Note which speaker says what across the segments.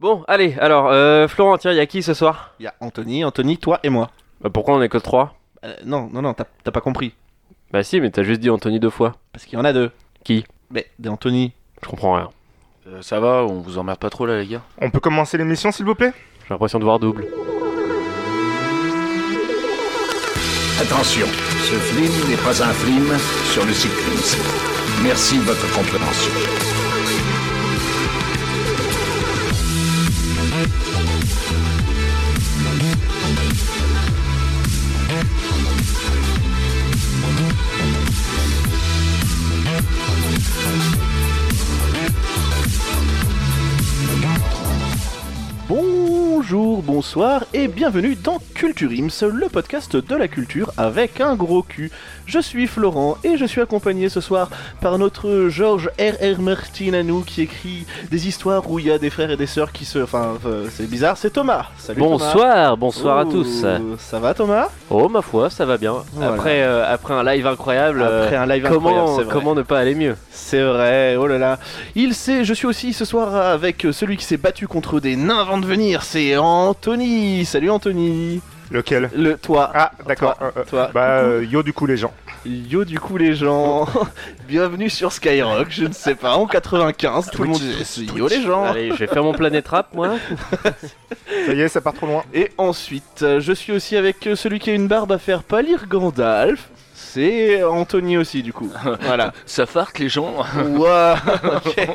Speaker 1: Bon, allez, alors, euh, Florent, tiens, il y a qui ce soir
Speaker 2: Il y a Anthony, Anthony, toi et moi.
Speaker 1: Bah, Pourquoi on est que trois
Speaker 2: Euh, non, non, non, t'as t'as pas compris.
Speaker 1: Bah si, mais t'as juste dit Anthony deux fois.
Speaker 2: Parce qu'il y en a deux.
Speaker 1: Qui
Speaker 2: Mais des Anthony.
Speaker 1: Je comprends rien.
Speaker 3: Euh, ça va, on vous emmerde pas trop là les gars.
Speaker 4: On peut commencer l'émission s'il vous plaît
Speaker 1: J'ai l'impression de voir double.
Speaker 5: Attention, ce film n'est pas un film sur le cyclisme. Merci de votre compréhension.
Speaker 2: Bonjour, bonsoir et bienvenue dans Culture Ims, le podcast de la culture avec un gros cul. Je suis Florent et je suis accompagné ce soir par notre Georges R.R. Martin à nous qui écrit des histoires où il y a des frères et des sœurs qui se... Enfin, euh, c'est bizarre, c'est Thomas. Salut Thomas.
Speaker 1: bonsoir, bonsoir à tous.
Speaker 2: Ouh, Ça va Thomas
Speaker 1: Oh, ma foi, ça va bien.
Speaker 2: Voilà.
Speaker 1: Après, euh, après un live incroyable, euh,
Speaker 2: Après un live
Speaker 1: comment,
Speaker 2: incroyable, c'est vrai.
Speaker 1: comment ne pas aller mieux
Speaker 2: C'est vrai, oh là là. Il sait, je suis aussi ce soir avec celui qui s'est battu contre des nains avant de venir, c'est Anthony. Salut Anthony.
Speaker 4: Lequel
Speaker 2: Le toi.
Speaker 4: Ah, d'accord.
Speaker 2: Toi,
Speaker 4: Euh, euh,
Speaker 2: toi,
Speaker 4: bah, euh, yo du coup les gens.
Speaker 2: Yo du coup les gens. Bienvenue sur Skyrock, je ne sais pas, en 95, tout le monde disait c'est yo les gens.
Speaker 1: Allez, je vais faire mon planète rap, moi.
Speaker 4: Ça y est, ça part trop loin.
Speaker 2: Et ensuite, euh, je suis aussi avec euh, celui qui a une barbe à faire pâlir Gandalf. C'est Anthony aussi du coup. Voilà.
Speaker 3: Ça farte les gens.
Speaker 2: Ouah,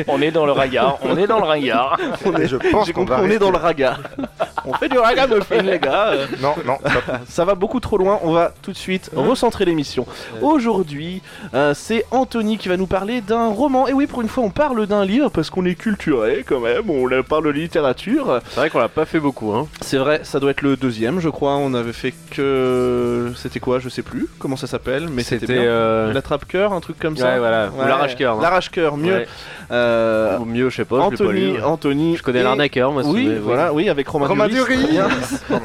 Speaker 3: on est dans le ringard, on est dans le ringard.
Speaker 2: on
Speaker 4: Et
Speaker 2: est,
Speaker 4: je pense
Speaker 2: j'ai
Speaker 4: qu'on
Speaker 2: compris,
Speaker 4: va
Speaker 2: on
Speaker 4: rester-
Speaker 2: est dans le raga. on fait du raga de film les gars. euh.
Speaker 4: Non, non, stop.
Speaker 2: Ça va beaucoup trop loin, on va tout de suite recentrer l'émission. Aujourd'hui, euh, c'est Anthony qui va nous parler d'un roman. Et oui, pour une fois, on parle d'un livre parce qu'on est culturé quand même, on la- parle de littérature.
Speaker 1: C'est vrai qu'on l'a pas fait beaucoup, hein.
Speaker 2: C'est vrai, ça doit être le deuxième, je crois. On avait fait que. C'était quoi Je sais plus comment ça s'appelle, mais c'était. bien.
Speaker 1: euh,
Speaker 2: L'attrape-coeur, un truc comme
Speaker 1: ouais,
Speaker 2: ça.
Speaker 1: voilà, ou
Speaker 2: Ouais.
Speaker 1: l'arrache-cœur. hein.
Speaker 2: L'arrache-cœur, mieux.
Speaker 1: Ouais.
Speaker 2: Euh,
Speaker 1: Ou mieux, je sais pas, je l'ai pas lu. hein.
Speaker 2: Anthony, Anthony.
Speaker 1: Je connais
Speaker 2: et-
Speaker 1: l'arnaqueur, moi.
Speaker 2: Oui,
Speaker 1: c'est-
Speaker 2: voilà, oui, avec Romain,
Speaker 4: Romain
Speaker 2: Duris.
Speaker 4: Duris.
Speaker 2: Bien.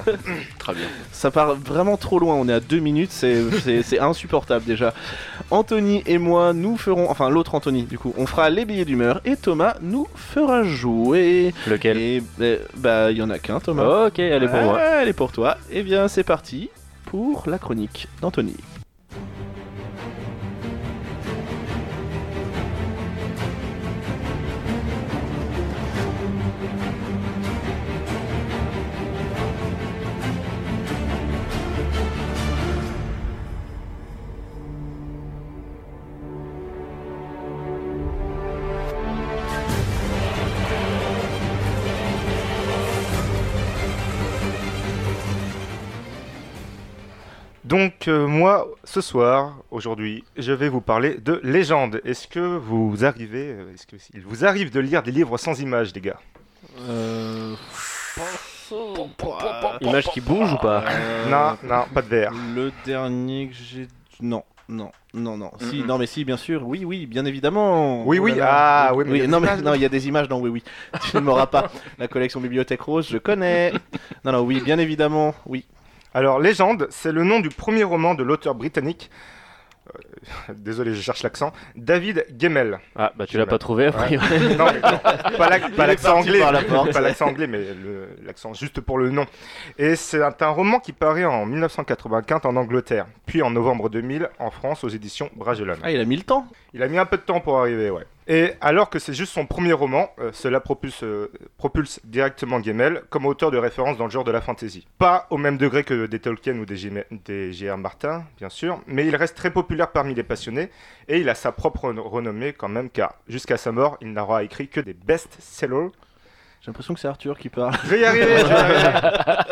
Speaker 3: Très bien.
Speaker 2: Ça part vraiment trop loin, on est à deux minutes, c'est- c'est c'est insupportable déjà. Anthony et moi, nous ferons, enfin l'autre Anthony du coup, on fera les billets d'humeur et Thomas nous fera jouer.
Speaker 1: Lequel
Speaker 2: Et euh, bah il y en a qu'un Thomas.
Speaker 1: Ok, Oh, elle est pour
Speaker 2: Ouais,
Speaker 1: moi.
Speaker 2: Elle est pour toi. Et bien c'est parti pour la chronique d'Anthony.
Speaker 4: Donc euh, moi, ce soir, aujourd'hui, je vais vous parler de légendes. Est-ce que vous arrivez, euh, est-ce que il vous arrive de lire des livres sans images, les gars
Speaker 1: Euh, Image qui bouge ou pas
Speaker 2: Euh,
Speaker 4: Non, non, pas de verre.
Speaker 2: Le dernier que j'ai... Non, non. Non, non, si,
Speaker 3: Mm-mm.
Speaker 2: non, mais si, bien sûr, oui, oui, bien évidemment.
Speaker 4: Oui,
Speaker 2: Oh
Speaker 4: oui,
Speaker 2: là là.
Speaker 4: ah, oui, mais il y a des
Speaker 2: non, mais
Speaker 4: images.
Speaker 2: non, il y a des images dans Oui, oui. Tu ne m'auras pas. La collection Bibliothèque Rose, je connais. Non, non, oui, bien évidemment, oui.
Speaker 4: Alors, Légende, c'est le nom du premier roman de l'auteur britannique, euh, désolé, je cherche l'accent, David Gemmell.
Speaker 1: Ah, bah tu l'as pas trouvé, a priori.
Speaker 4: Non, mais non, pas l'ac- pas l'accent
Speaker 2: parti
Speaker 4: anglais,
Speaker 2: par la porte.
Speaker 4: pas l'accent anglais, mais le- l'accent juste pour le nom. Et c'est un, un roman qui paraît en 1995 en Angleterre, puis en novembre 2000 en France aux éditions Bragelonne.
Speaker 2: Ah, il a mis le temps.
Speaker 4: Il a mis un peu de temps pour arriver, ouais. Et alors que c'est juste son premier roman, euh, cela propulse, euh, propulse directement Gemmell comme auteur de référence dans le genre de la fantasy. Pas au même degré que des Tolkien ou des J.M. des J.R. Martin, bien sûr, mais il reste très populaire parmi les passionnés et il a sa propre ren- renommée quand même, car jusqu'à sa mort, il n'aura écrit que des best-sellers.
Speaker 2: J'ai l'impression que c'est Arthur qui parle.
Speaker 4: Je vais y arriver, je vais y arriver.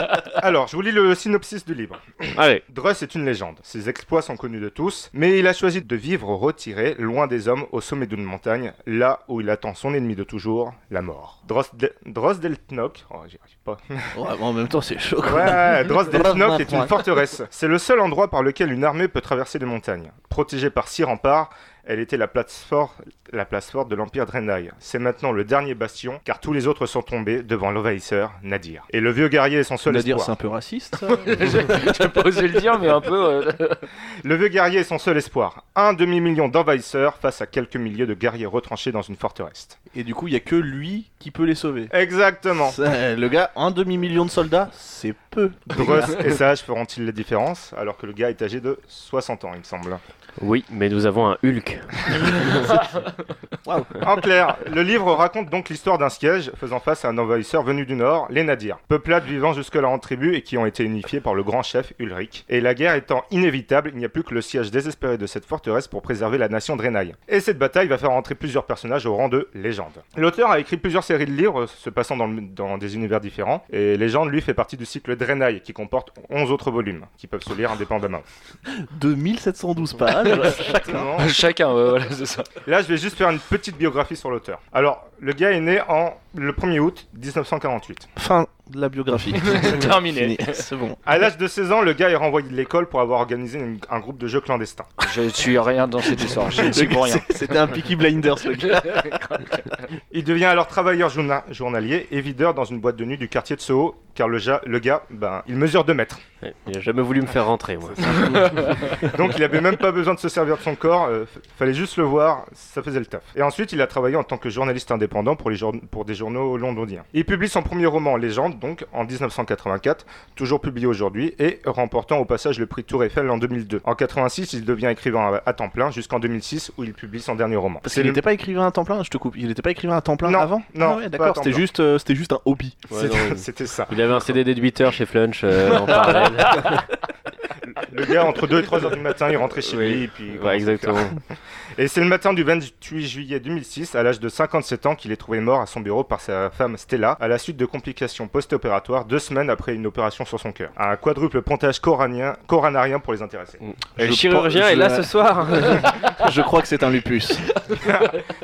Speaker 4: Alors, je vous lis le synopsis du livre.
Speaker 1: Allez,
Speaker 4: Druss est une légende. Ses exploits sont connus de tous, mais il a choisi de vivre retiré, loin des hommes, au sommet d'une montagne, là où il attend son ennemi de toujours, la mort. Dross, de... Dross Deltnock. Oh, j'y arrive pas.
Speaker 2: Ouais, mais en même temps, c'est chaud. quoi.
Speaker 4: Ouais, Dross Deltnock est
Speaker 2: Ouais.
Speaker 4: une forteresse. C'est le seul endroit par lequel une armée peut traverser les montagnes. Protégée par six remparts, elle était la place forte, la place forte de l'Empire Draenei. C'est maintenant le dernier bastion, car tous les autres sont tombés devant l'envahisseur Nadir. Et le vieux guerrier est son seul
Speaker 2: Nadir,
Speaker 4: espoir.
Speaker 2: c'est un peu raciste. ça
Speaker 3: J'ai pas osé le dire, mais un peu. euh,
Speaker 4: Le vieux guerrier est son seul espoir. Un demi-million d'envahisseurs face à quelques milliers de guerriers retranchés dans une forteresse.
Speaker 2: Et du coup, il y a que lui qui peut les sauver.
Speaker 4: Exactement.
Speaker 2: Ça, le gars, un demi-million de soldats, c'est peu.
Speaker 4: Dross et Sage feront-ils la différence alors que le gars est âgé de 60 ans, il me semble. hein.
Speaker 1: Oui, mais nous avons un Hulk.
Speaker 4: En clair, le livre raconte donc l'histoire d'un siège faisant face à un envahisseur venu du nord, les Nadirs, peuplade vivant jusque-là en tribu et qui ont été unifiés par le grand chef Ulrich. Et la guerre étant inévitable, il n'y a plus que le siège désespéré de cette forteresse pour préserver la nation Draenei. Et cette bataille va faire entrer plusieurs personnages au rang de légende. L'auteur a écrit plusieurs séries de livres se passant dans, le- dans des univers différents, et Légende lui fait partie du cycle Draenei qui comporte 11 autres volumes qui peuvent se lire indépendamment.
Speaker 2: 2712 pages.
Speaker 4: Exactement.
Speaker 3: Chacun, ouais, voilà, c'est ça.
Speaker 4: Là, je vais juste faire une petite biographie sur l'auteur. Alors, le gars est né en le 1er août 1948.
Speaker 2: fin de la biographie.
Speaker 3: Terminé.
Speaker 2: Fini. C'est bon.
Speaker 4: À l'âge de 16 ans, le gars est renvoyé de l'école pour avoir organisé une- un groupe de jeux clandestins.
Speaker 3: Je suis rien dans cette histoire, je ne suis
Speaker 2: Le gars,
Speaker 3: pour rien.
Speaker 2: c'est- C'était un Peaky Blinders, le gars.
Speaker 4: Il devient alors travailleur journa- journalier et videur dans une boîte de nuit du quartier de Soho, car le, ja- le gars, ben, il mesure 2 mètres.
Speaker 1: Ouais, Il a jamais voulu me faire rentrer, moi.
Speaker 4: Donc il avait même pas besoin de se servir de son corps, euh, f- fallait juste le voir, ça faisait le taf. Et ensuite, il a travaillé en tant que journaliste indépendant pour, les journa- pour des journaux londoniens. Il publie son premier roman, Légende, donc en 1984, toujours publié aujourd'hui, et remportant au passage le prix Tour Eiffel en 2002. En 86, il devient écrivain à, à temps plein jusqu'en 2006 où il publie son dernier roman.
Speaker 2: Parce
Speaker 4: C'est
Speaker 2: qu'il
Speaker 4: le-
Speaker 2: n'était pas écrivain à temps plein, je te coupe. Il n'était pas écrivain à temps plein
Speaker 4: Non,
Speaker 2: avant Ah
Speaker 4: non,
Speaker 2: ouais,
Speaker 4: pas à
Speaker 2: d'accord.
Speaker 4: temps
Speaker 2: C'était
Speaker 4: plein.
Speaker 2: juste, euh, c'était juste un hobby.
Speaker 1: Ouais,
Speaker 4: C'était-
Speaker 1: non, il-
Speaker 4: C'était ça.
Speaker 1: il avait un CDD de 8 heures chez Flunch euh, en parallèle.
Speaker 4: Le gars, entre 2 et 3 heures du matin, il rentrait chez
Speaker 1: Oui.
Speaker 4: lui. Et, puis,
Speaker 1: Ouais, exactement.
Speaker 4: et c'est le matin du 28 juillet 2006, à l'âge de 57 ans, qu'il est trouvé mort à son bureau par sa femme Stella, à la suite de complications post-opératoires, deux semaines après une opération sur son cœur. Un quadruple pontage coranien, coranarien pour les intéressés.
Speaker 2: Je
Speaker 1: Le chirurgien
Speaker 2: pense-
Speaker 1: est là
Speaker 2: je-
Speaker 1: ce soir.
Speaker 2: Je crois que c'est un lupus.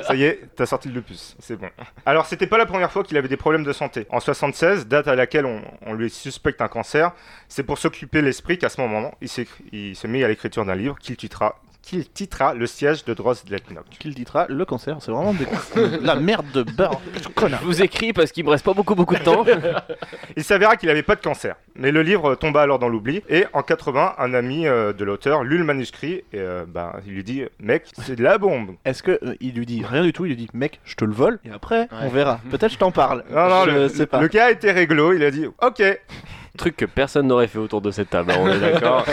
Speaker 4: Ça y est, t'as sorti le lupus, c'est bon. Alors, c'était pas la première fois qu'il avait des problèmes de santé. En 76, date à laquelle on, on lui suspecte un cancer, c'est pour s'occuper l'esprit qu'à ce moment, il, s'est- il se met à l'écriture d'un livre qu'il titrera, qu'il titrera Le siège de Drosdletnok.
Speaker 2: Qu'il ditra le cancer, c'est vraiment des... la merde de bar.
Speaker 1: Je vous écris parce qu'il me reste pas beaucoup beaucoup de temps.
Speaker 4: Il s'avéra qu'il n'avait pas de cancer, mais le livre tomba alors dans l'oubli. Et en 80, un ami euh, de l'auteur lut le manuscrit et euh, bah, il lui dit Mec, c'est de la bombe
Speaker 2: Est-ce que euh, il lui dit rien du tout Il lui dit mec, je te le vole et après on
Speaker 3: Ouais.
Speaker 2: verra. Peut-être je t'en parle.
Speaker 4: Non, non,
Speaker 2: je
Speaker 4: le,
Speaker 2: sais pas.
Speaker 4: le gars était réglo, il a dit Ok
Speaker 1: Truc que personne n'aurait fait autour de cette table, hein, on est d'accord.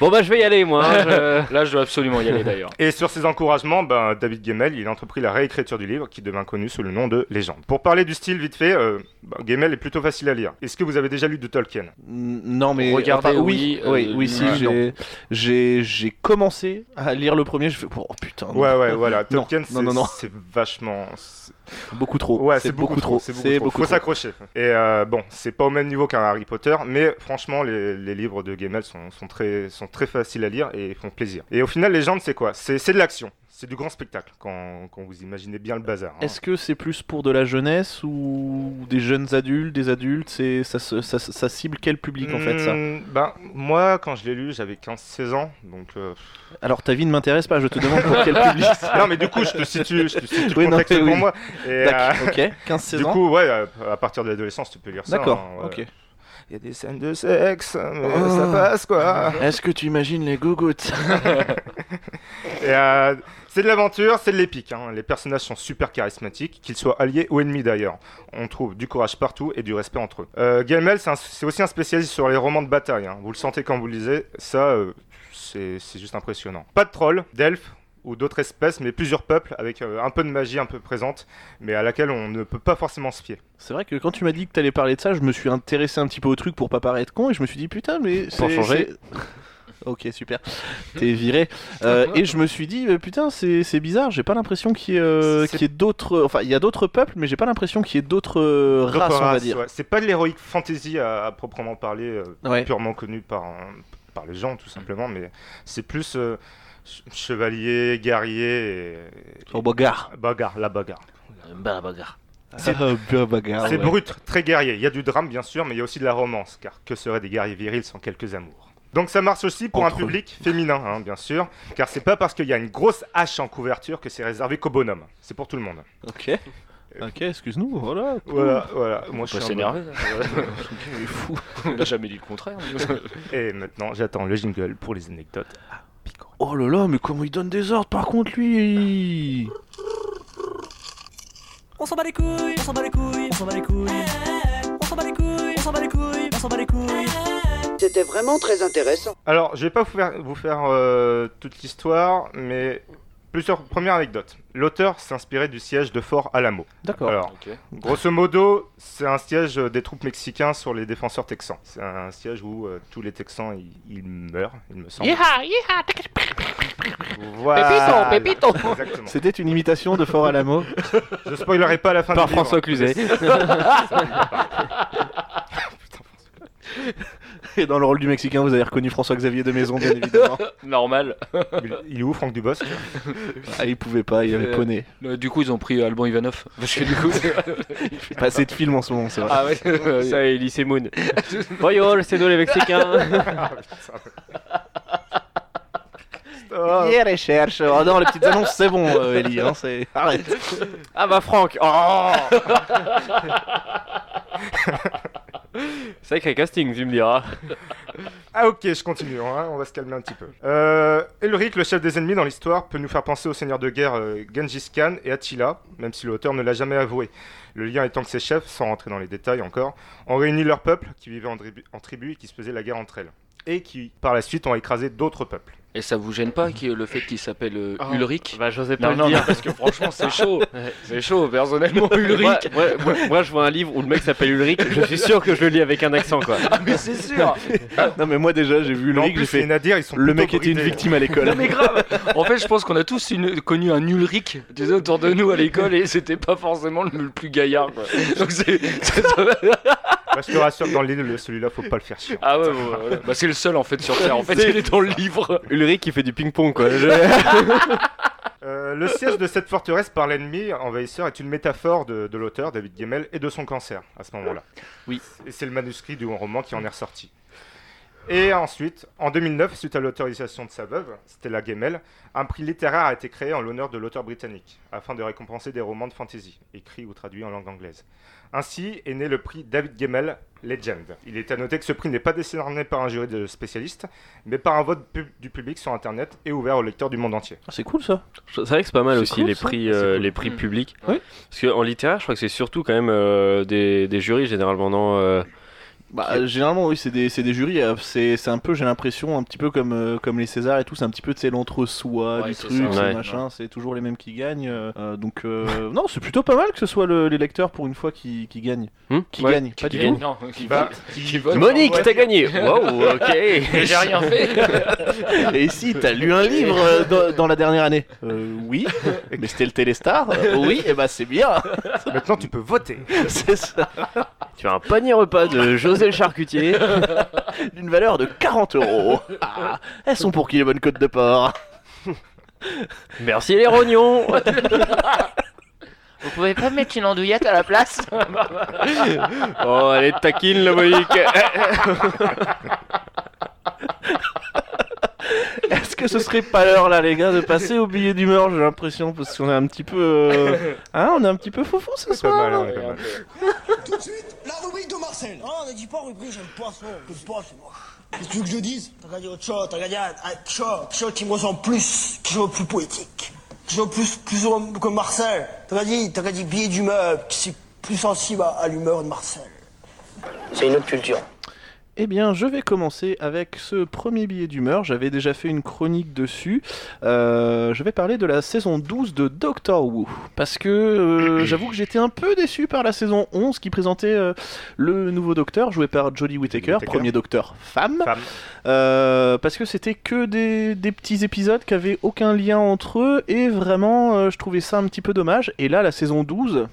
Speaker 1: bon bah je vais y aller moi. hein, je-
Speaker 3: Là, Ah, je dois absolument y aller d'ailleurs.
Speaker 4: Et sur ses encouragements, ben, David Gemmel, il a entrepris la réécriture du livre qui devint connu sous le nom de Légende. Pour parler du style vite fait, euh, ben, Gemmel est plutôt facile à lire. Est-ce que vous avez déjà lu de Tolkien
Speaker 2: Mm, Non mais
Speaker 3: Regardez,
Speaker 2: enfin, oui,
Speaker 3: oui, euh,
Speaker 2: oui, oui,
Speaker 3: non,
Speaker 2: si
Speaker 3: non.
Speaker 2: j'ai- j'ai j'ai commencé à lire le premier, je fais oh putain, non,
Speaker 4: Ouais, ouais, voilà.
Speaker 2: Non,
Speaker 4: Tolkien, c'est
Speaker 2: non, non, non.
Speaker 4: c'est vachement. c'est-
Speaker 2: beaucoup trop.
Speaker 4: Ouais, c'est beaucoup, trop.
Speaker 2: C'est
Speaker 4: Il
Speaker 2: beaucoup
Speaker 4: Faut
Speaker 2: trop.
Speaker 4: s'accrocher. Et euh, bon, c'est pas au même niveau qu'un Harry Potter, mais franchement, les, les livres de Gemmel sont, sont très, sont très faciles à lire et font plaisir. Et au final, Légende, c'est quoi C'est c'est de l'action. C'est du grand spectacle quand, quand vous imaginez bien le bazar. hein.
Speaker 2: Est-ce que c'est plus pour de la jeunesse ou des jeunes adultes, des adultes C'est ça, se- ça, ça cible quel public en fait ça
Speaker 4: Hmm, ben, moi, quand je l'ai lu, j'avais 15-16 ans. Donc, euh,
Speaker 2: Alors ta vie ne m'intéresse pas, je te demande pour quel public.
Speaker 4: non, mais du coup, je te situe, je te situe le
Speaker 2: Ah. Oui, non,
Speaker 4: contexte
Speaker 2: mais
Speaker 4: pour
Speaker 2: oui.
Speaker 4: moi. Et, euh,
Speaker 2: D'accord, ok, 15-16
Speaker 4: du
Speaker 2: ans.
Speaker 4: coup, ouais, euh, à partir de l'adolescence, tu peux lire ça.
Speaker 2: D'accord,
Speaker 4: hein, ouais.
Speaker 2: ok.
Speaker 4: Il y a des scènes de sexe, mais
Speaker 2: Oh.
Speaker 4: ça passe quoi.
Speaker 2: Est-ce que tu imagines les gougouttes
Speaker 4: Et, euh, c'est de l'aventure, c'est de l'épique. hein. Les personnages sont super charismatiques, qu'ils soient alliés ou ennemis d'ailleurs. On trouve du courage partout et du respect entre eux. Euh, Gemmel, c'est un- c'est aussi un spécialiste sur les romans de bataille. hein. Vous le sentez quand vous le lisez, ça, euh, c'est c'est juste impressionnant. Pas de trolls, d'elfes ou d'autres espèces, mais plusieurs peuples avec euh, un peu de magie un peu présente, mais à laquelle on ne peut pas forcément se fier.
Speaker 2: C'est vrai que quand tu m'as dit que t'allais parler de ça, je me suis intéressé un petit peu au truc pour pas paraître con et je me suis dit putain mais c'est...
Speaker 1: Pour changer.
Speaker 2: c'est- ok super, t'es viré. Euh, et je me suis dit euh, putain c'est, c'est bizarre, j'ai pas l'impression qu'il y ait, euh,
Speaker 4: C'est-
Speaker 2: qu'il y ait d'autres... Enfin il y a d'autres peuples mais j'ai pas l'impression qu'il y ait d'autres euh,
Speaker 4: D'autres
Speaker 2: races on va
Speaker 4: races,
Speaker 2: dire.
Speaker 4: ouais. C'est pas de l'héroïque fantasy à, à proprement parler, euh,
Speaker 2: Ouais. Mm.
Speaker 4: purement connu par, un- par les gens tout simplement, mais c'est plus euh, ch- chevalier, guerrier et,
Speaker 2: Au bagarre.
Speaker 4: et bagarre, la bagarre.
Speaker 3: Euh, bah,
Speaker 2: Ah. C'est bagarre.
Speaker 4: c'est brut, très guerrier. Il y a du drame bien sûr, mais il y a aussi de la romance, car que seraient des guerriers virils sans quelques amours Donc ça marche aussi pour un
Speaker 2: Entre eux.
Speaker 4: public féminin, hein, bien sûr, car c'est pas parce qu'il y a une grosse hache en couverture que c'est réservé qu'aux bonhommes. C'est pour tout le monde.
Speaker 2: Ok. Ok, excuse-nous, voilà. cool.
Speaker 4: Voilà, voilà.
Speaker 2: Bah,
Speaker 4: Moi, je suis
Speaker 3: Moi, c'est
Speaker 4: un bon.
Speaker 3: nerveux. On n'a jamais dit le contraire.
Speaker 4: Et maintenant, j'attends le jingle pour les anecdotes.
Speaker 2: Oh là là, mais comment il donne des ordres par contre lui
Speaker 6: On s'en bat les couilles, on s'en bat les couilles, on s'en bat les couilles. On s'en bat les couilles, on s'en bat les couilles, on s'en bat les couilles.
Speaker 7: C'était vraiment très intéressant.
Speaker 4: Alors, je vais pas vous faire, vous faire, euh, toute l'histoire, mais plusieurs premières anecdotes. L'auteur s'est inspiré du siège de Fort Alamo.
Speaker 2: D'accord.
Speaker 4: Alors,
Speaker 3: Ok.
Speaker 4: grosso modo, c'est un siège euh, des troupes mexicains sur les défenseurs texans. C'est un siège où euh, tous les texans ils, ils meurent, il me semble. Voilà.
Speaker 1: Pépito,
Speaker 4: Exactement.
Speaker 2: C'était une imitation de Fort Alamo
Speaker 4: Je spoilerai pas la fin
Speaker 1: Par
Speaker 4: du livre.
Speaker 1: François Cluzet.
Speaker 2: et dans le rôle du Mexicain, vous avez reconnu François-Xavier de Maison, bien évidemment.
Speaker 3: Normal.
Speaker 4: Il- Il est où Franck Dubosc
Speaker 2: Ah, il pouvait pas, il avait
Speaker 3: Euh.
Speaker 2: poney.
Speaker 3: Le- Du coup, ils ont pris Alban Ivanov. Parce que du coup.
Speaker 2: Il fait Pas assez de films en ce moment, c'est vrai.
Speaker 3: ah ouais.
Speaker 1: Ça et Lycée Moon. Voyons, c'est nous les Mexicains.
Speaker 4: Stop.
Speaker 2: recherche. Oh non, les petites annonces, c'est bon, euh, Ellie. Hein, c'est... Arrête.
Speaker 1: Ah bah Franck. Oh Sacré casting, tu me diras.
Speaker 4: Ah ok, je continue, hein, on va se calmer un petit peu. Euh, Elric, le chef des ennemis dans l'histoire, peut nous faire penser au seigneur de guerre euh, Gengis Khan et Attila, même si l'auteur ne l'a jamais avoué. Le lien étant que ces chefs, sans rentrer dans les détails encore, ont réuni leur peuple qui vivait en, tribu- en tribu et qui se faisait la guerre entre elles. Et qui, par la suite, ont écrasé d'autres peuples.
Speaker 3: Et ça vous gêne pas qu'il- le fait qu'il s'appelle euh,
Speaker 1: Oh.
Speaker 3: Ulrich
Speaker 1: Bah j'osais pas
Speaker 3: Non,
Speaker 1: le
Speaker 3: non,
Speaker 1: dire.
Speaker 3: non, parce que franchement, c'est chaud. C'est chaud, personnellement, Ulrich.
Speaker 1: Moi, moi- moi- moi, je vois un livre où le mec s'appelle Ulrich, je suis sûr que je le lis avec un accent quoi.
Speaker 3: Ah, mais c'est sûr
Speaker 2: Non, mais moi déjà, j'ai vu le
Speaker 4: en
Speaker 2: mec, j'ai
Speaker 4: plus, les
Speaker 2: fait.
Speaker 4: nadirs, ils sont
Speaker 2: Le
Speaker 4: plutôt
Speaker 2: mec était une
Speaker 4: bridés.
Speaker 2: victime à l'école.
Speaker 3: Mais grave En fait, je pense qu'on a tous une- connu un Ulrich tu sais, autour de nous à l'école et c'était pas forcément le, le plus gaillard. Quoi. Donc c'est. c'est-
Speaker 4: Bah, je te rassure, dans l'île, le- celui-là, faut pas le faire chier.
Speaker 3: Ah ouais, ouais, ouais, ouais. Bah, c'est le seul en fait sur Terre. En fait,
Speaker 1: C'est-
Speaker 3: il est dans le livre.
Speaker 1: Ulrich qui fait du ping-pong quoi.
Speaker 2: Ah,
Speaker 1: Je-
Speaker 4: Euh, le siège de cette forteresse par l'ennemi envahisseur est une métaphore de, de l'auteur, David Gemmel, et de son cancer à ce moment-là.
Speaker 3: Oui.
Speaker 4: Et c'est le manuscrit du roman qui en est ressorti. Et ensuite, en 2009, suite à l'autorisation de sa veuve, Stella Gemmel, un prix littéraire a été créé en l'honneur de l'auteur britannique, afin de récompenser des romans de fantasy, écrits ou traduits en langue anglaise. Ainsi est né le prix David Gemmel Legend. Il est à noter que ce prix n'est pas décerné par un jury de spécialistes, mais par un vote pub- du public sur Internet et ouvert aux lecteurs du monde entier.
Speaker 2: Ah, c'est cool ça.
Speaker 1: C'est vrai que c'est pas mal
Speaker 2: C'est
Speaker 1: aussi
Speaker 2: cool,
Speaker 1: les
Speaker 2: ça.
Speaker 1: prix, euh,
Speaker 2: C'est cool.
Speaker 1: les prix
Speaker 3: Mm.
Speaker 1: publics.
Speaker 2: Oui.
Speaker 1: Parce qu'en littéraire, je crois que c'est surtout quand même euh, des, des jurys généralement non. euh,
Speaker 2: Bah, euh, généralement, oui, c'est des, c'est des jurys. euh, C'est, c'est un peu, j'ai l'impression, un petit peu comme, euh, comme les Césars et tout. C'est un petit peu, tu sais, l'entre-soi
Speaker 3: Ouais,
Speaker 2: du
Speaker 3: c'est
Speaker 2: truc,
Speaker 3: ça.
Speaker 2: c'est
Speaker 1: Ouais.
Speaker 2: machin. C'est toujours les mêmes qui gagnent. euh, euh, donc, euh, non, c'est plutôt pas mal que ce soit le- les lecteurs pour une fois qui, qui gagnent.
Speaker 1: hmm
Speaker 2: Qui
Speaker 1: Ouais.
Speaker 2: gagnent,
Speaker 1: qui
Speaker 2: pas du
Speaker 1: gagnent.
Speaker 2: tout.
Speaker 3: Non, qui
Speaker 4: Bah,
Speaker 3: va. Qui vote.
Speaker 1: Monique,
Speaker 4: Ouais.
Speaker 1: t'as gagné. Oh, Wow,
Speaker 3: Mais
Speaker 1: ok.
Speaker 3: J'ai rien fait.
Speaker 2: Et si, t'as lu un livre euh, dans, dans la dernière année Euh, Oui. Mais c'était le Téléstar Euh, Oui, et bah c'est bien.
Speaker 4: Maintenant, tu peux voter.
Speaker 2: C'est ça.
Speaker 1: tu as un panier repas de José le charcutier.
Speaker 2: D'une valeur de 40 euros. Ah, elles sont pour qui les bonnes côtes de porc
Speaker 1: Merci les rognons.
Speaker 3: Vous pouvez pas mettre une andouillette à la place
Speaker 1: Oh, elle est taquine le Monique.
Speaker 2: Est-ce que ce serait pas l'heure là, les gars, de passer au billet d'humeur J'ai l'impression, parce qu'on est un petit peu. euh, Hein, on est un petit peu foufou ce
Speaker 4: Pas
Speaker 2: soir.
Speaker 4: mal, hein, pas mal.
Speaker 8: Tout de suite, la rubrique de Marcel.
Speaker 6: Non, on ne dit pas rubrique, j'aime pas ça. J'aime pas, c'est moche.
Speaker 8: Qu'est-ce que tu veux que je dise
Speaker 6: T'as qu'à dire autre chose, t'as qu'à dire ah, quelque chose, quelque chose qui me ressemble plus, quelque chose de plus poétique, quelque chose de plus, plus homme que Marcel. T'as qu'à dire, t'as qu'à dire billet d'humeur, c'est plus sensible à, à l'humeur de Marcel.
Speaker 7: C'est une autre culture.
Speaker 2: Eh bien, je vais commencer avec ce premier billet d'humeur. J'avais déjà fait une chronique dessus. Euh, je vais parler de la saison 12 de Doctor Who. Parce que euh, j'avoue que j'étais un peu déçu par la saison 11 qui présentait euh, le nouveau docteur joué par Jodie Whittaker,
Speaker 4: Whittaker.
Speaker 2: premier docteur femme.
Speaker 4: Femme.
Speaker 2: Euh, parce que c'était que des, des petits épisodes qui avaient aucun lien entre eux. Et vraiment, euh, je trouvais ça un petit peu dommage. Et là, la saison 12.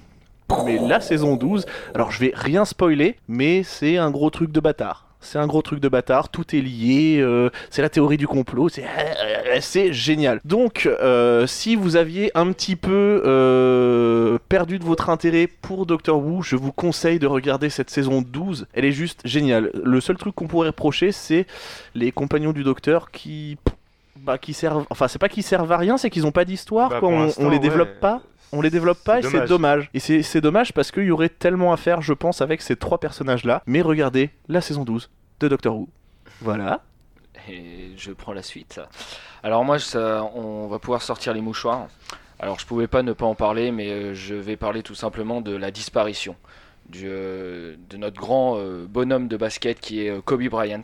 Speaker 2: Mais la saison 12, alors je vais rien spoiler, mais c'est un gros truc de bâtard. C'est un gros truc de bâtard, tout est lié, euh, c'est la théorie du complot, c'est euh, c'est génial. Donc, euh, si vous aviez un petit peu euh, perdu de votre intérêt pour Doctor Who, je vous conseille de regarder cette saison 12, elle est juste géniale. Le seul truc qu'on pourrait reprocher, c'est les compagnons du Docteur qui... Bah, qui servent, enfin c'est pas qu'ils servent à rien, c'est qu'ils ont pas d'histoire,
Speaker 4: Bah,
Speaker 2: quoi.
Speaker 4: pour
Speaker 2: On-
Speaker 4: l'instant,
Speaker 2: on les
Speaker 4: ouais.
Speaker 2: développe pas. On les développe pas et
Speaker 4: C'est
Speaker 2: c'est dommage. Et c'est c'est dommage parce qu'il y aurait tellement à faire, je pense, avec ces trois personnages-là. Mais regardez la saison 12 de Doctor Who. Voilà.
Speaker 3: Et je prends la suite. Alors moi, ça- on va pouvoir sortir les mouchoirs. Alors je pouvais pas ne pas en parler, mais euh, je vais parler tout simplement de la disparition du, euh, de notre grand euh, bonhomme de basket qui est euh, Kobe Bryant,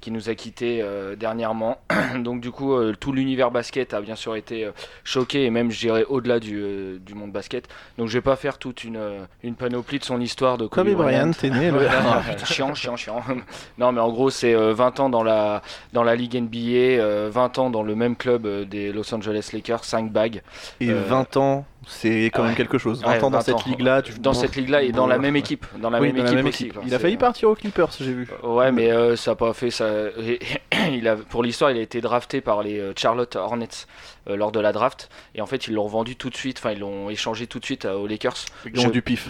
Speaker 3: qui nous a quittés euh, dernièrement. Donc du coup, euh, tout l'univers basket a bien sûr été euh, choqué et même, je dirais, au-delà du, euh, du monde basket. Donc je vais pas faire toute une, euh, une panoplie de son histoire de Kobe,
Speaker 2: Kobe Bryant est né le...
Speaker 3: Ah, chiant, chiant, chiant. Non, mais en gros, c'est euh, 20 ans dans la, dans la Ligue NBA, euh, 20 ans dans le même club euh, des Los Angeles Lakers, 5 bagues.
Speaker 2: Et
Speaker 3: Euh,
Speaker 2: 20 ans, c'est quand
Speaker 3: ouais.
Speaker 2: même quelque chose. 20
Speaker 3: Ouais,
Speaker 2: ans dans
Speaker 3: 20
Speaker 2: cette
Speaker 3: ans.
Speaker 2: ligue-là. Tu...
Speaker 3: Dans cette ligue-là et dans la même équipe. Dans la
Speaker 2: Oui,
Speaker 3: même
Speaker 2: dans la
Speaker 3: équipe
Speaker 2: même
Speaker 3: aussi.
Speaker 2: équipe.
Speaker 3: quoi.
Speaker 2: Il a
Speaker 3: C'est,
Speaker 2: failli
Speaker 3: euh,
Speaker 2: partir aux Clippers, j'ai vu.
Speaker 3: Ouais, mais euh, ça n'a pas fait ça. et- il a, pour l'histoire, il a été drafté par les euh, Charlotte Hornets euh, lors de la draft. Et en fait, ils l'ont vendu tout de suite. Enfin, ils l'ont échangé tout de suite euh, aux Lakers.
Speaker 2: Ils ont
Speaker 3: Je-
Speaker 2: du pif.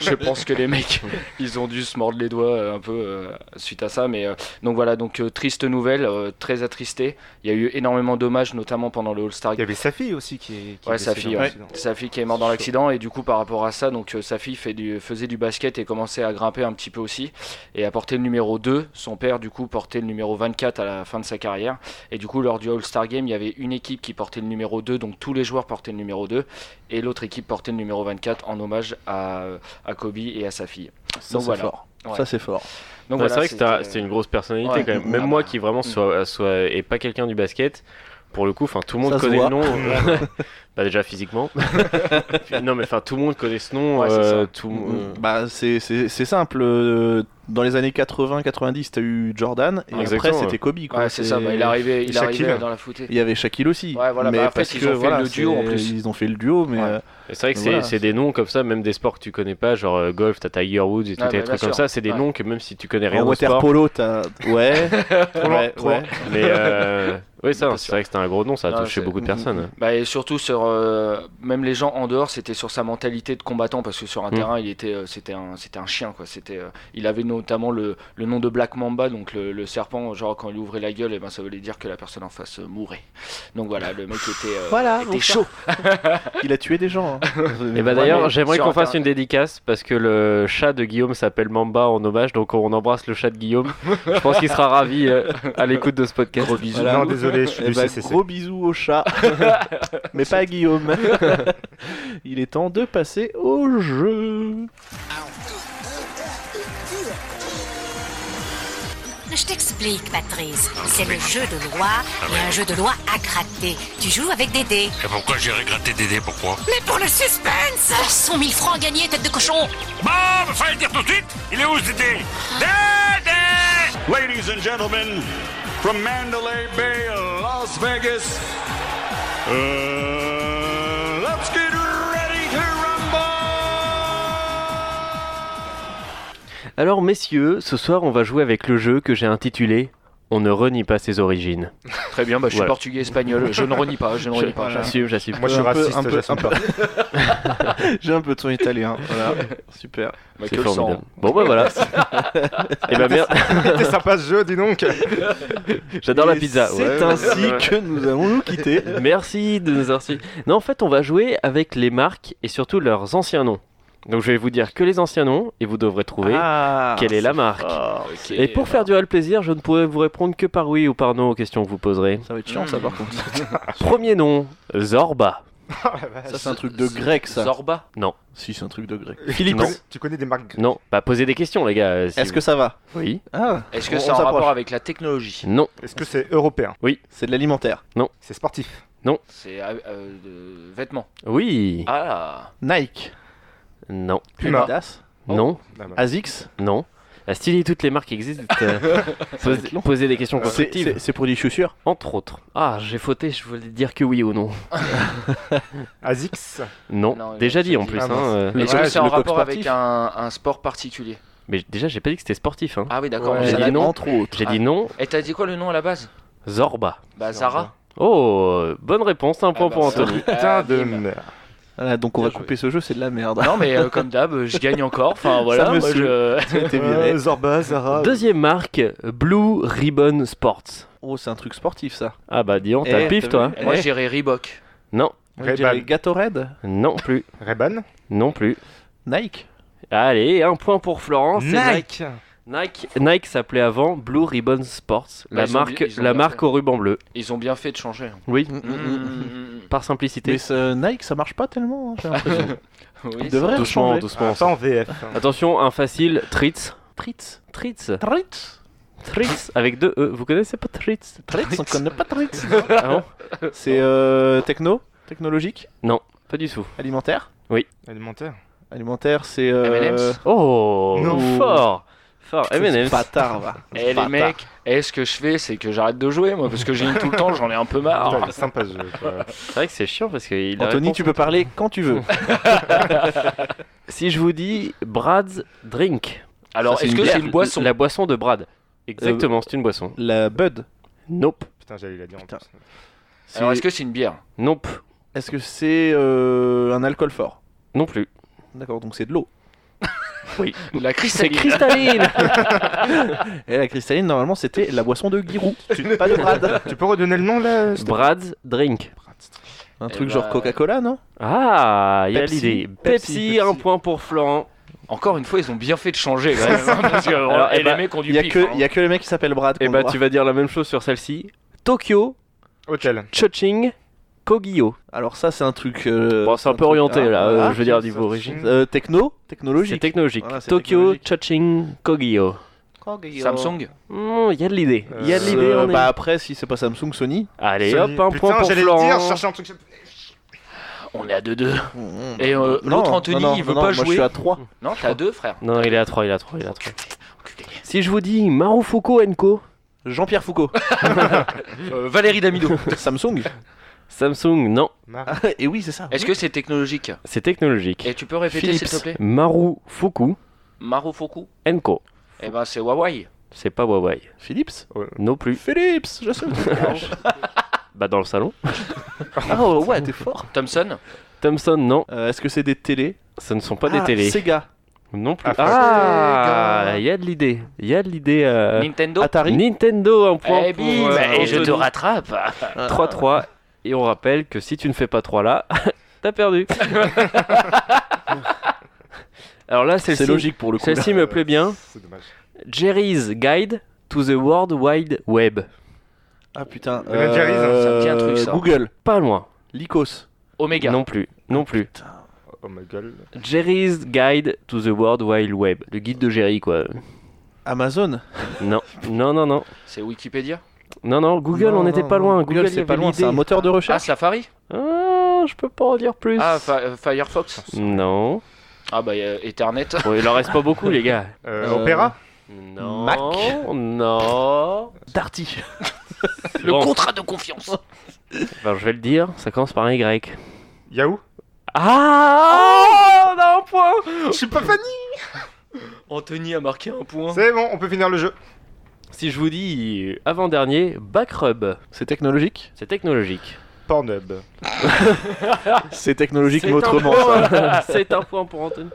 Speaker 3: je pense que les mecs, ils ont dû se mordre les doigts euh, un peu euh, suite à ça. Mais euh, donc voilà, donc euh, triste nouvelle, euh, très attristée. Il y a eu énormément d'hommages, notamment pendant le All-Star
Speaker 4: Il y avait sa fille aussi qui est. qui est
Speaker 3: Ouais,
Speaker 4: décédée
Speaker 3: sa fille,
Speaker 4: dans
Speaker 3: ouais.
Speaker 4: l'accident.
Speaker 3: sa fille qui est morte dans l'accident et du coup par rapport à ça donc euh, sa fille fait du, faisait du basket et commençait à grimper un petit peu aussi et à porter le numéro 2 son père du coup portait le numéro 24 à la fin de sa carrière et du coup lors du All-Star Game il y avait une équipe qui portait le numéro 2 donc tous les joueurs portaient le numéro 2 et l'autre équipe portait le numéro 24 en hommage à, à Kobe et à sa fille
Speaker 2: Ça, c'est
Speaker 3: voilà.
Speaker 2: fort.
Speaker 3: Ouais.
Speaker 2: Ça, c'est fort.
Speaker 3: donc
Speaker 1: Ouais,
Speaker 3: voilà,
Speaker 1: c'est vrai que c'était un-
Speaker 3: c'était-
Speaker 1: c'était une grosse personnalité
Speaker 3: Ouais.
Speaker 1: quand même. Même
Speaker 3: Ah
Speaker 1: moi
Speaker 3: bah.
Speaker 1: qui vraiment soit, soit et pas quelqu'un du basket, pour le coup, enfin tout le monde
Speaker 2: Ça se
Speaker 1: connaît
Speaker 2: voit.
Speaker 1: le nom. bah déjà physiquement. Puis, non mais enfin tout le monde connaît ce nom.
Speaker 3: Ouais, c'est
Speaker 1: euh,
Speaker 3: ça. Mm,
Speaker 1: tout. euh,
Speaker 2: Bah, c'est- c'est c'est simple. euh, Dans les années 80-90, t'as eu Jordan. Et après,
Speaker 1: Exactement, ouais.
Speaker 2: c'était Kobe. quoi.
Speaker 3: ouais, c'est ça bah, il
Speaker 2: C'est-
Speaker 3: arrivait il
Speaker 4: Shaquille.
Speaker 3: arrivait dans la foutée
Speaker 2: Il y avait Shaquille aussi.
Speaker 3: Ouais, voilà,
Speaker 2: mais
Speaker 3: bah, en fait,
Speaker 2: parce
Speaker 3: ils
Speaker 2: que
Speaker 3: ont fait
Speaker 2: voilà,
Speaker 3: le duo, en
Speaker 2: c'est-
Speaker 3: plus.
Speaker 2: Ils ont fait le duo, mais
Speaker 3: Ouais.
Speaker 2: euh,
Speaker 1: et C'est vrai que c'est
Speaker 2: Voilà.
Speaker 1: c'est des noms comme ça, même des sports que tu connais pas, genre euh, golf, t'as Tiger Woods et tout,
Speaker 3: Ah,
Speaker 1: t'as des
Speaker 3: bah,
Speaker 1: trucs
Speaker 3: bien
Speaker 1: comme
Speaker 3: sûr.
Speaker 1: ça. C'est des
Speaker 3: Ouais.
Speaker 1: noms que même si tu connais rien
Speaker 2: en
Speaker 1: au
Speaker 2: water
Speaker 1: sport,
Speaker 2: polo, t'as. Ouais. ouais,
Speaker 4: trop
Speaker 2: ouais.
Speaker 1: mais euh, ouais, ça, c'est vrai que c'était un gros nom, ça a
Speaker 3: Ah,
Speaker 1: touché
Speaker 3: c'est-
Speaker 1: beaucoup de personnes.
Speaker 3: Bah, et surtout sur euh, même les gens en dehors, c'était sur sa mentalité de combattant parce que sur un
Speaker 1: Mm.
Speaker 3: terrain, il était euh, c'était un c'était un chien quoi. C'était euh, il avait notamment le, le nom de Black Mamba donc le, le serpent genre quand il ouvrait la gueule et ben ça voulait dire que la personne en face euh, mourait. Donc voilà le mec était euh,
Speaker 2: Voilà,
Speaker 3: était
Speaker 2: donc ça.
Speaker 3: chaud.
Speaker 2: Il a tué des gens. hein.
Speaker 1: Et bah
Speaker 3: Ouais,
Speaker 1: d'ailleurs,
Speaker 3: mais
Speaker 1: j'aimerais
Speaker 3: sur
Speaker 1: qu'on fasse une
Speaker 3: Internet.
Speaker 1: dédicace parce que le Euh, chat de Guillaume s'appelle Mamba en hommage, donc on embrasse le chat de Guillaume. Je pense qu'il sera ravi euh, à l'écoute de ce podcast. Gros bisous.
Speaker 4: Non, désolé, je suis
Speaker 2: Eh
Speaker 4: du
Speaker 2: bah,
Speaker 4: CCC.
Speaker 2: gros bisous au chat. mais pas à Guillaume. Il est temps de passer au jeu.
Speaker 9: Je t'explique, Patrice. C'est le jeu de loi et un jeu de loi à gratter. Tu joues avec des dés.
Speaker 5: Ah Et pourquoi j'irai gratter Dédé Pourquoi
Speaker 9: Mais pour le suspense 100 000 francs gagnés, tête de cochon
Speaker 5: Bon, bah, fallait le dire tout de suite Il est où Dédé Dédé Ladies and gentlemen, from Mandalay Bay, Las Vegas, uh, let's get ready to rumble
Speaker 1: Alors messieurs, ce soir on va jouer avec le jeu que j'ai intitulé On ne renie pas ses origines.
Speaker 3: Très bien, bah, je suis
Speaker 1: Voilà.
Speaker 3: portugais espagnol, je ne renie pas, je ne renie pas.
Speaker 1: J'assume, j'assume.
Speaker 4: Moi je suis
Speaker 2: Un peu-
Speaker 4: raciste,
Speaker 2: un peu-
Speaker 4: j'assume
Speaker 2: un
Speaker 4: pas.
Speaker 2: J'ai un peu de son italien. Voilà. Super.
Speaker 3: Bah, que
Speaker 1: C'est
Speaker 3: le sang.
Speaker 1: formidable. Bon bah voilà. Et bah merde,
Speaker 4: C'était sympa ce jeu, dis donc
Speaker 1: j'adore la
Speaker 2: Et
Speaker 1: pizza.
Speaker 2: C'est
Speaker 1: Ouais.
Speaker 2: ainsi que nous allons nous quitter.
Speaker 1: Merci de nous avoir suivis. Non, en fait, on va jouer avec les marques et surtout leurs anciens noms. Donc je vais vous dire que les anciens noms et vous devrez trouver
Speaker 2: Ah.
Speaker 1: quelle est la marque.
Speaker 3: Ok.
Speaker 1: Et pour faire du réel plaisir, je ne pourrai vous répondre que par oui ou par non aux questions que vous poserez.
Speaker 2: Ça va être chiant ça par contre.
Speaker 1: Premier nom, Zorba.
Speaker 4: Oh,
Speaker 2: Ça c'est un truc de grec ça.
Speaker 3: Zorba
Speaker 1: Non,
Speaker 2: Si c'est un truc de grec.
Speaker 1: Philippe.
Speaker 4: Tu
Speaker 1: Non,
Speaker 4: connais- Tu connais des marques grecques
Speaker 1: non. Bah posez des questions, les gars. euh, si
Speaker 2: Est-ce que ça va
Speaker 1: vous- Oui.
Speaker 2: Ah.
Speaker 3: Est-ce que
Speaker 2: On-
Speaker 3: ça
Speaker 2: on
Speaker 3: a un
Speaker 2: s'approche.
Speaker 3: rapport avec la technologie
Speaker 1: Non,
Speaker 4: Est-ce que c'est européen
Speaker 2: C'est de l'alimentaire.
Speaker 4: C'est sportif
Speaker 3: C'est euh, euh, de vêtements.
Speaker 1: oui,
Speaker 3: Ah
Speaker 2: Nike.
Speaker 1: non,
Speaker 4: Puma.
Speaker 2: Adidas.
Speaker 1: non,
Speaker 4: Non, non.
Speaker 2: Asics.
Speaker 1: non. Ah, stylé, toutes les marques existent. euh, pose-
Speaker 2: être long.
Speaker 1: posez des questions
Speaker 2: C'est-
Speaker 1: constructives.
Speaker 2: C'est c'est pour des chaussures.
Speaker 1: Entre autres. Ah, j'ai fauté, je voulais dire que oui ou non.
Speaker 4: Asics
Speaker 1: Non,
Speaker 3: Non,
Speaker 1: déjà
Speaker 3: j'ai
Speaker 1: dit en
Speaker 3: dit.
Speaker 1: plus.
Speaker 4: Ah,
Speaker 1: hein,
Speaker 4: mince.
Speaker 1: euh,
Speaker 3: Est-ce
Speaker 2: Ouais,
Speaker 3: que c'est en
Speaker 2: le coq
Speaker 3: rapport avec
Speaker 2: sportif.
Speaker 3: un, un sport particulier
Speaker 1: Mais déjà, j'ai pas dit que c'était sportif. Hein.
Speaker 3: Ah oui, d'accord.
Speaker 1: Ouais.
Speaker 3: ça
Speaker 1: J'ai
Speaker 3: date-
Speaker 1: dit non.
Speaker 2: entre autres.
Speaker 1: J'ai dit non,
Speaker 3: Et t'as dit quoi le nom à la base
Speaker 1: Zorba.
Speaker 3: Bah Zara.
Speaker 1: Oh, euh, bonne réponse, un point
Speaker 3: bah,
Speaker 1: pour
Speaker 3: ça-
Speaker 1: Anthony.
Speaker 4: Putain
Speaker 3: Ah,
Speaker 4: de
Speaker 3: bim.
Speaker 4: merde.
Speaker 2: Voilà, Ah, donc on
Speaker 3: Bien
Speaker 2: va couper ce jeu, c'est de la merde.
Speaker 3: Non mais euh, comme d'hab, euh, je gagne encore. Enfin voilà, Ah.
Speaker 2: Ça me
Speaker 3: moi,
Speaker 2: saoule.
Speaker 3: je-
Speaker 2: T'as été viré.
Speaker 4: Euh, Zorba, Zara.
Speaker 1: Deuxième marque, Blue Ribbon Sports.
Speaker 2: Oh, c'est un truc sportif ça.
Speaker 1: Ah bah dis donc, t'as
Speaker 2: Eh,
Speaker 1: le pif
Speaker 2: t'as
Speaker 1: toi. hein.
Speaker 2: vu
Speaker 3: moi
Speaker 2: Eh.
Speaker 3: j'irai Reebok.
Speaker 1: Non,
Speaker 2: Moi, je
Speaker 4: Ray-Ban.
Speaker 2: dirais Gatorade,
Speaker 1: non plus,
Speaker 4: Reban.
Speaker 1: non plus.
Speaker 2: Nike.
Speaker 1: Allez, un point pour Florence. c'est Nike. Nike, Nike s'appelait avant Blue Ribbon Sports,
Speaker 3: Bah,
Speaker 1: la
Speaker 3: ils ont
Speaker 1: marque,
Speaker 3: bien- ils ont
Speaker 1: la
Speaker 3: bien
Speaker 1: marque
Speaker 3: fait.
Speaker 1: au ruban bleu.
Speaker 3: Ils ont bien fait de changer.
Speaker 1: Oui,
Speaker 2: Mm, mm, mm.
Speaker 1: par simplicité.
Speaker 2: Mais ce euh, Nike, ça marche pas tellement. hein, j'ai l'impression.
Speaker 3: Oui,
Speaker 2: De vrai
Speaker 1: doucement,
Speaker 2: changer.
Speaker 1: doucement.
Speaker 4: Ah, Pas en VF. hein.
Speaker 1: Attention, un facile, Tritz. Tritz, Tritz,
Speaker 2: Tritz.
Speaker 1: Tritz, avec deux E. Vous connaissez pas Tritz
Speaker 2: Tritz, on connaît pas Tritz.
Speaker 1: Ah non
Speaker 2: C'est euh, techno, technologique,
Speaker 1: Pas du tout.
Speaker 2: alimentaire.
Speaker 4: Alimentaire.
Speaker 2: Alimentaire, c'est. Euh...
Speaker 3: M&M's.
Speaker 1: Oh,
Speaker 4: Non.
Speaker 1: fort, fort.
Speaker 2: c'est
Speaker 1: M&M's.
Speaker 2: Bâtard, va.
Speaker 3: Et Eh, les
Speaker 2: Bâtard.
Speaker 3: mecs, et ce que je fais, c'est que j'arrête de jouer moi parce que j'ai tout le temps, j'en ai un peu
Speaker 1: Ah.
Speaker 4: Putain,
Speaker 3: marre.
Speaker 4: il est sympa ce jeu. quoi.
Speaker 1: C'est vrai que c'est chiant parce que il a
Speaker 2: Anthony,
Speaker 1: répondu-
Speaker 2: tu peux parler quand tu veux.
Speaker 1: Si je vous dis Brad's Drink.
Speaker 3: Alors
Speaker 1: Ça,
Speaker 3: est-ce que
Speaker 1: bière.
Speaker 3: c'est une boisson Euh,
Speaker 1: La boisson de Brad. Exactement, c'est une boisson.
Speaker 2: La Bud.
Speaker 1: Nope.
Speaker 4: Putain, j'allais la dire en
Speaker 2: Putain.
Speaker 4: plus.
Speaker 2: c'est-
Speaker 3: Alors est-ce que c'est une bière
Speaker 1: Nope.
Speaker 2: Est-ce que c'est euh, un alcool fort
Speaker 1: Non plus.
Speaker 2: D'accord, donc c'est de l'eau.
Speaker 3: La
Speaker 1: C'est
Speaker 3: cristalline.
Speaker 1: cristalline
Speaker 2: Et la cristalline, normalement, c'était la boisson de Giroud. pas de Brad.
Speaker 4: Tu peux redonner le nom là s'il te plaît
Speaker 1: Brad's Drink.
Speaker 2: Un
Speaker 3: Eh
Speaker 2: truc
Speaker 3: bah,
Speaker 2: genre Coca-Cola, non
Speaker 1: Ah, il y a
Speaker 2: Pepsi.
Speaker 1: l'idée. Pepsi,
Speaker 2: Pepsi, Pepsi.
Speaker 1: un point pour Florent.
Speaker 3: Encore une fois, ils ont bien fait de changer. quand même, hein, parce que,
Speaker 1: Alors,
Speaker 3: et
Speaker 1: eh
Speaker 3: les
Speaker 1: bah,
Speaker 3: mecs ont du
Speaker 2: Il y, a
Speaker 3: pif,
Speaker 2: que-
Speaker 3: hein. Eh ben,
Speaker 2: il y a que le mec qui s'appelle Brad.
Speaker 1: Et
Speaker 2: qu'on
Speaker 1: bah,
Speaker 2: doit-
Speaker 1: tu vas dire la même chose sur celle-ci. Tokyo,
Speaker 4: Hôtel.
Speaker 1: Choching, Kogyo.
Speaker 2: Alors ça, c'est un truc... euh,
Speaker 1: Bon, c'est un peu
Speaker 2: truc-
Speaker 1: orienté
Speaker 2: ah,
Speaker 1: là,
Speaker 2: voilà.
Speaker 1: euh, je veux dire,
Speaker 4: ok,
Speaker 1: niveau
Speaker 4: ça-
Speaker 1: origine.
Speaker 2: Euh, techno
Speaker 1: C'est
Speaker 2: Technologique
Speaker 1: technologique.
Speaker 2: Voilà, c'est
Speaker 1: Tokyo,
Speaker 2: technologique.
Speaker 1: Choching, Kogyo.
Speaker 3: hein.
Speaker 1: Hmm,
Speaker 3: Samsung.
Speaker 1: Il y a de l'idée. Il y a de
Speaker 4: Euh,
Speaker 1: l'idée.
Speaker 2: Euh,
Speaker 1: on est-
Speaker 2: bah après, si c'est pas Samsung, Sony...
Speaker 1: Allez
Speaker 4: Sony.
Speaker 1: hop, un
Speaker 4: Putain,
Speaker 1: point pour
Speaker 4: j'allais le
Speaker 1: Florent.
Speaker 4: dire, chercher un truc.
Speaker 3: On est à 2-2.
Speaker 2: Et
Speaker 3: Et euh, l'autre Anthony, il veut pas
Speaker 2: moi, je
Speaker 3: jouer.
Speaker 2: suis à 3.
Speaker 3: Non, t'es à 2, frère.
Speaker 1: Non, il est à 3, il est à 3, il est à 3. Si je vous dis Marufuku Enko,
Speaker 2: Jean-Pierre Foucault.
Speaker 3: Euh, Valérie Damido.
Speaker 2: Samsung
Speaker 1: Samsung, non,
Speaker 4: Mar-
Speaker 2: Et oui, c'est ça.
Speaker 3: Est-ce que c'est technologique
Speaker 1: c'est technologique.
Speaker 3: Et tu peux répéter s'il te plaît
Speaker 1: Philips Marufuku
Speaker 3: Marufoku
Speaker 1: Enko,
Speaker 3: Eh ben c'est Huawei.
Speaker 1: c'est pas Huawei,
Speaker 2: Philips
Speaker 1: non plus.
Speaker 2: Philips, je sais.
Speaker 1: Bah dans le salon.
Speaker 2: Ah oh, ouais, t'es fort.
Speaker 3: Thomson.
Speaker 1: Thomson, non,
Speaker 2: Euh, Est-ce que c'est des télés
Speaker 1: ce ne sont pas des
Speaker 2: Ah,
Speaker 1: télés.
Speaker 2: Sega,
Speaker 1: Non plus.
Speaker 4: Ah,
Speaker 1: Ah, il y a de l'idée, il y a de l'idée. euh,
Speaker 3: Nintendo.
Speaker 2: Atari.
Speaker 1: Nintendo, un point
Speaker 3: Eh
Speaker 1: pour
Speaker 3: bim,
Speaker 1: euh,
Speaker 3: et je te
Speaker 1: Anthony.
Speaker 3: rattrape.
Speaker 1: 3-3. Et on rappelle que si tu ne fais pas 3 là, t'as perdu. Alors là,
Speaker 2: C'est
Speaker 1: celle-ci
Speaker 2: logique pour le coup.
Speaker 1: celle-ci me plaît bien.
Speaker 4: C'est dommage.
Speaker 1: Jerry's Guide to the World Wide Web.
Speaker 2: Ah putain. Euh,
Speaker 4: Le Jerry's, hein,
Speaker 3: ça me dit un truc, ça.
Speaker 2: Google,
Speaker 1: Pas loin.
Speaker 2: Lycos.
Speaker 3: Omega.
Speaker 1: Non plus. Non plus.
Speaker 4: Oh my god.
Speaker 1: Jerry's Guide to the World Wide Web. Le guide de Jerry, quoi.
Speaker 2: Amazon.
Speaker 1: Non. Non, non, non.
Speaker 3: C'est Wikipédia.
Speaker 1: Non, non. Google,
Speaker 2: Non,
Speaker 1: on n'était
Speaker 2: non,
Speaker 1: pas loin.
Speaker 2: non,
Speaker 1: Google, il y
Speaker 2: c'est
Speaker 1: avait
Speaker 2: pas loin. C'est un
Speaker 1: l'idée.
Speaker 2: moteur de
Speaker 3: Ah,
Speaker 2: recherche.
Speaker 3: Safari.
Speaker 1: Ah, je peux pas en dire plus.
Speaker 3: Ah, Fi- euh, Firefox.
Speaker 1: Non.
Speaker 3: Ah, bah, euh, Ethernet.
Speaker 1: Bon, il en reste pas beaucoup, les gars.
Speaker 4: Euh,
Speaker 2: Euh,
Speaker 4: Opéra
Speaker 1: Non.
Speaker 2: Mac.
Speaker 1: Non.
Speaker 2: Darty.
Speaker 1: Le bon,
Speaker 3: Contrat de confiance.
Speaker 1: ben, je vais le dire. Ça commence par un Y.
Speaker 2: Oh
Speaker 4: Yahoo
Speaker 1: Ah On a un point
Speaker 4: Je suis pas fan
Speaker 3: Anthony a marqué un point.
Speaker 4: C'est bon, on peut finir le jeu.
Speaker 1: Si je vous dis avant-dernier, Backrub.
Speaker 4: Ah.
Speaker 2: C'est technologique
Speaker 1: C'est technologique.
Speaker 4: Pornhub.
Speaker 2: C'est technologique,
Speaker 1: C'est
Speaker 2: mais autrement.
Speaker 1: un point. C'est un point pour Anthony.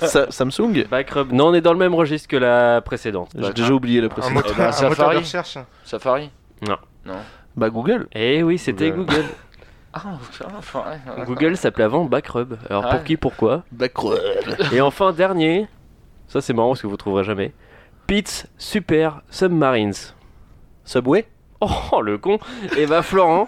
Speaker 2: ça. Sa- Samsung
Speaker 1: Backrub. Non, on est dans le même registre que la précédente.
Speaker 2: J'ai déjà oublié le
Speaker 4: Bah, Un
Speaker 2: précédent. Ah,
Speaker 4: moteur,
Speaker 3: Eh ben,
Speaker 4: un moteur
Speaker 3: Safari.
Speaker 4: de recherche.
Speaker 2: Eh
Speaker 3: Safari.
Speaker 2: Bah Google.
Speaker 1: Eh oui, c'était
Speaker 4: Ouais.
Speaker 1: Google.
Speaker 3: Ah, ça, enfin, ouais.
Speaker 1: Google s'appelait avant Backrub. Alors
Speaker 3: Ah.
Speaker 1: pour qui, pourquoi
Speaker 4: Bah,
Speaker 1: Et enfin, dernier. Ça, c'est marrant parce que vous trouverez jamais. Pitts Super Submarines.
Speaker 2: Subway
Speaker 1: Oh le con Et bah Florent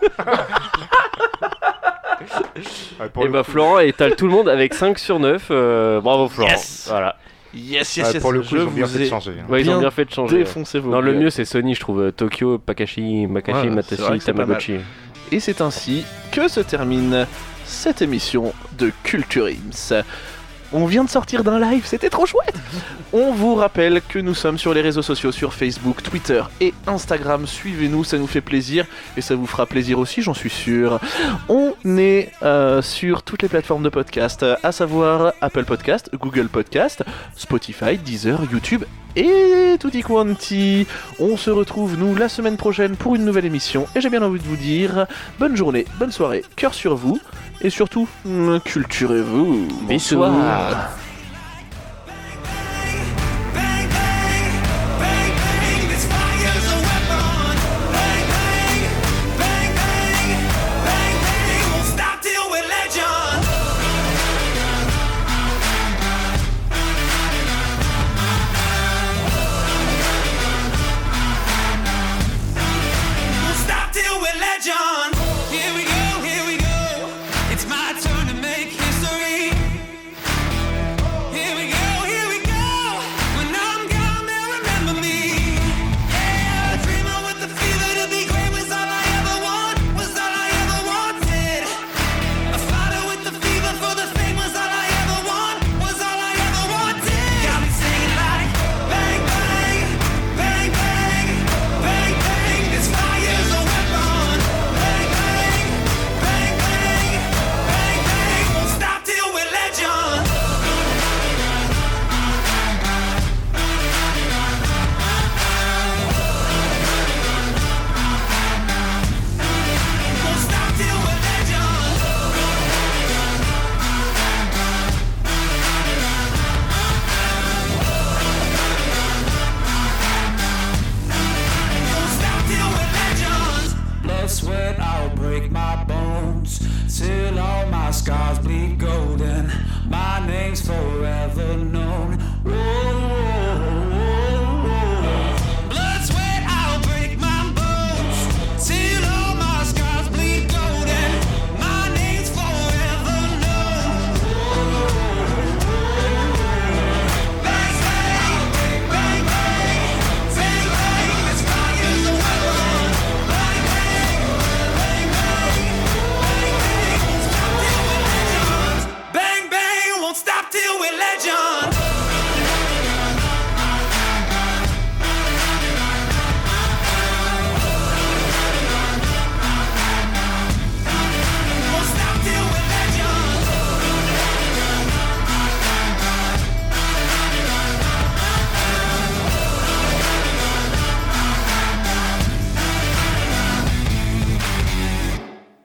Speaker 4: Ouais, pour
Speaker 1: Et
Speaker 4: le
Speaker 1: bah
Speaker 2: ben,
Speaker 4: coup-
Speaker 1: Florent étale tout le monde avec 5 sur 9 euh, Bravo Florent Voilà
Speaker 2: Yes,
Speaker 4: ouais, Bah, Ah, pour le coup,
Speaker 2: je
Speaker 4: ils ont bien
Speaker 2: vous
Speaker 4: fait de
Speaker 2: ai
Speaker 4: changer. hein.
Speaker 1: Ouais, Ils ont
Speaker 2: Bien
Speaker 1: bien fait de changer
Speaker 2: défoncé vos
Speaker 1: Non le
Speaker 2: gueules.
Speaker 1: mieux c'est Sony je trouve Euh, Tokyo, Pakashi, Makashi,
Speaker 2: Ouais, c'est vrai
Speaker 1: Matashi,
Speaker 2: que c'est pas mal.
Speaker 1: Tamagotchi
Speaker 2: Et c'est ainsi que se termine cette émission de Culture Ims. On vient de sortir d'un live, c'était trop chouette On vous rappelle que nous sommes sur les réseaux sociaux, sur Facebook, Twitter et Instagram. Suivez-nous, ça nous fait plaisir et ça vous fera plaisir aussi, j'en suis sûr. On est euh, sur toutes les plateformes de podcast, euh, à savoir Apple Podcast, Google Podcast, Spotify, Deezer, YouTube et tutti quanti. On se retrouve nous la semaine prochaine pour une nouvelle émission et j'ai bien envie de vous dire bonne journée, bonne soirée, cœur sur vous et surtout mm, culturez-vous. Bonsoir.
Speaker 5: Bang, bang, bang, bang, this fire's a weapon. Bang, bang, bang, bang, bang, bang, won't stop till we're legend. Won't stop till we're legend. Here we go, here we go. It's my turn to make history. Here we go, here we go. When I'm gone, they'll remember me. Yeah, dreamer with the fever to be great was all I ever want, was all I ever wanted. A fighter with the fever for the fame was all I ever want, was all I ever wanted. Got me singing like bang bang, bang bang, bang bang. This fire's a weapon. Bang bang, bang bang, bang bang. Won't stop till we're legends. Won't stop till we're legends. Won't stop till we're legends. Blood, sweat, I'll break my bones till all my scars bleed golden. My name's forever known.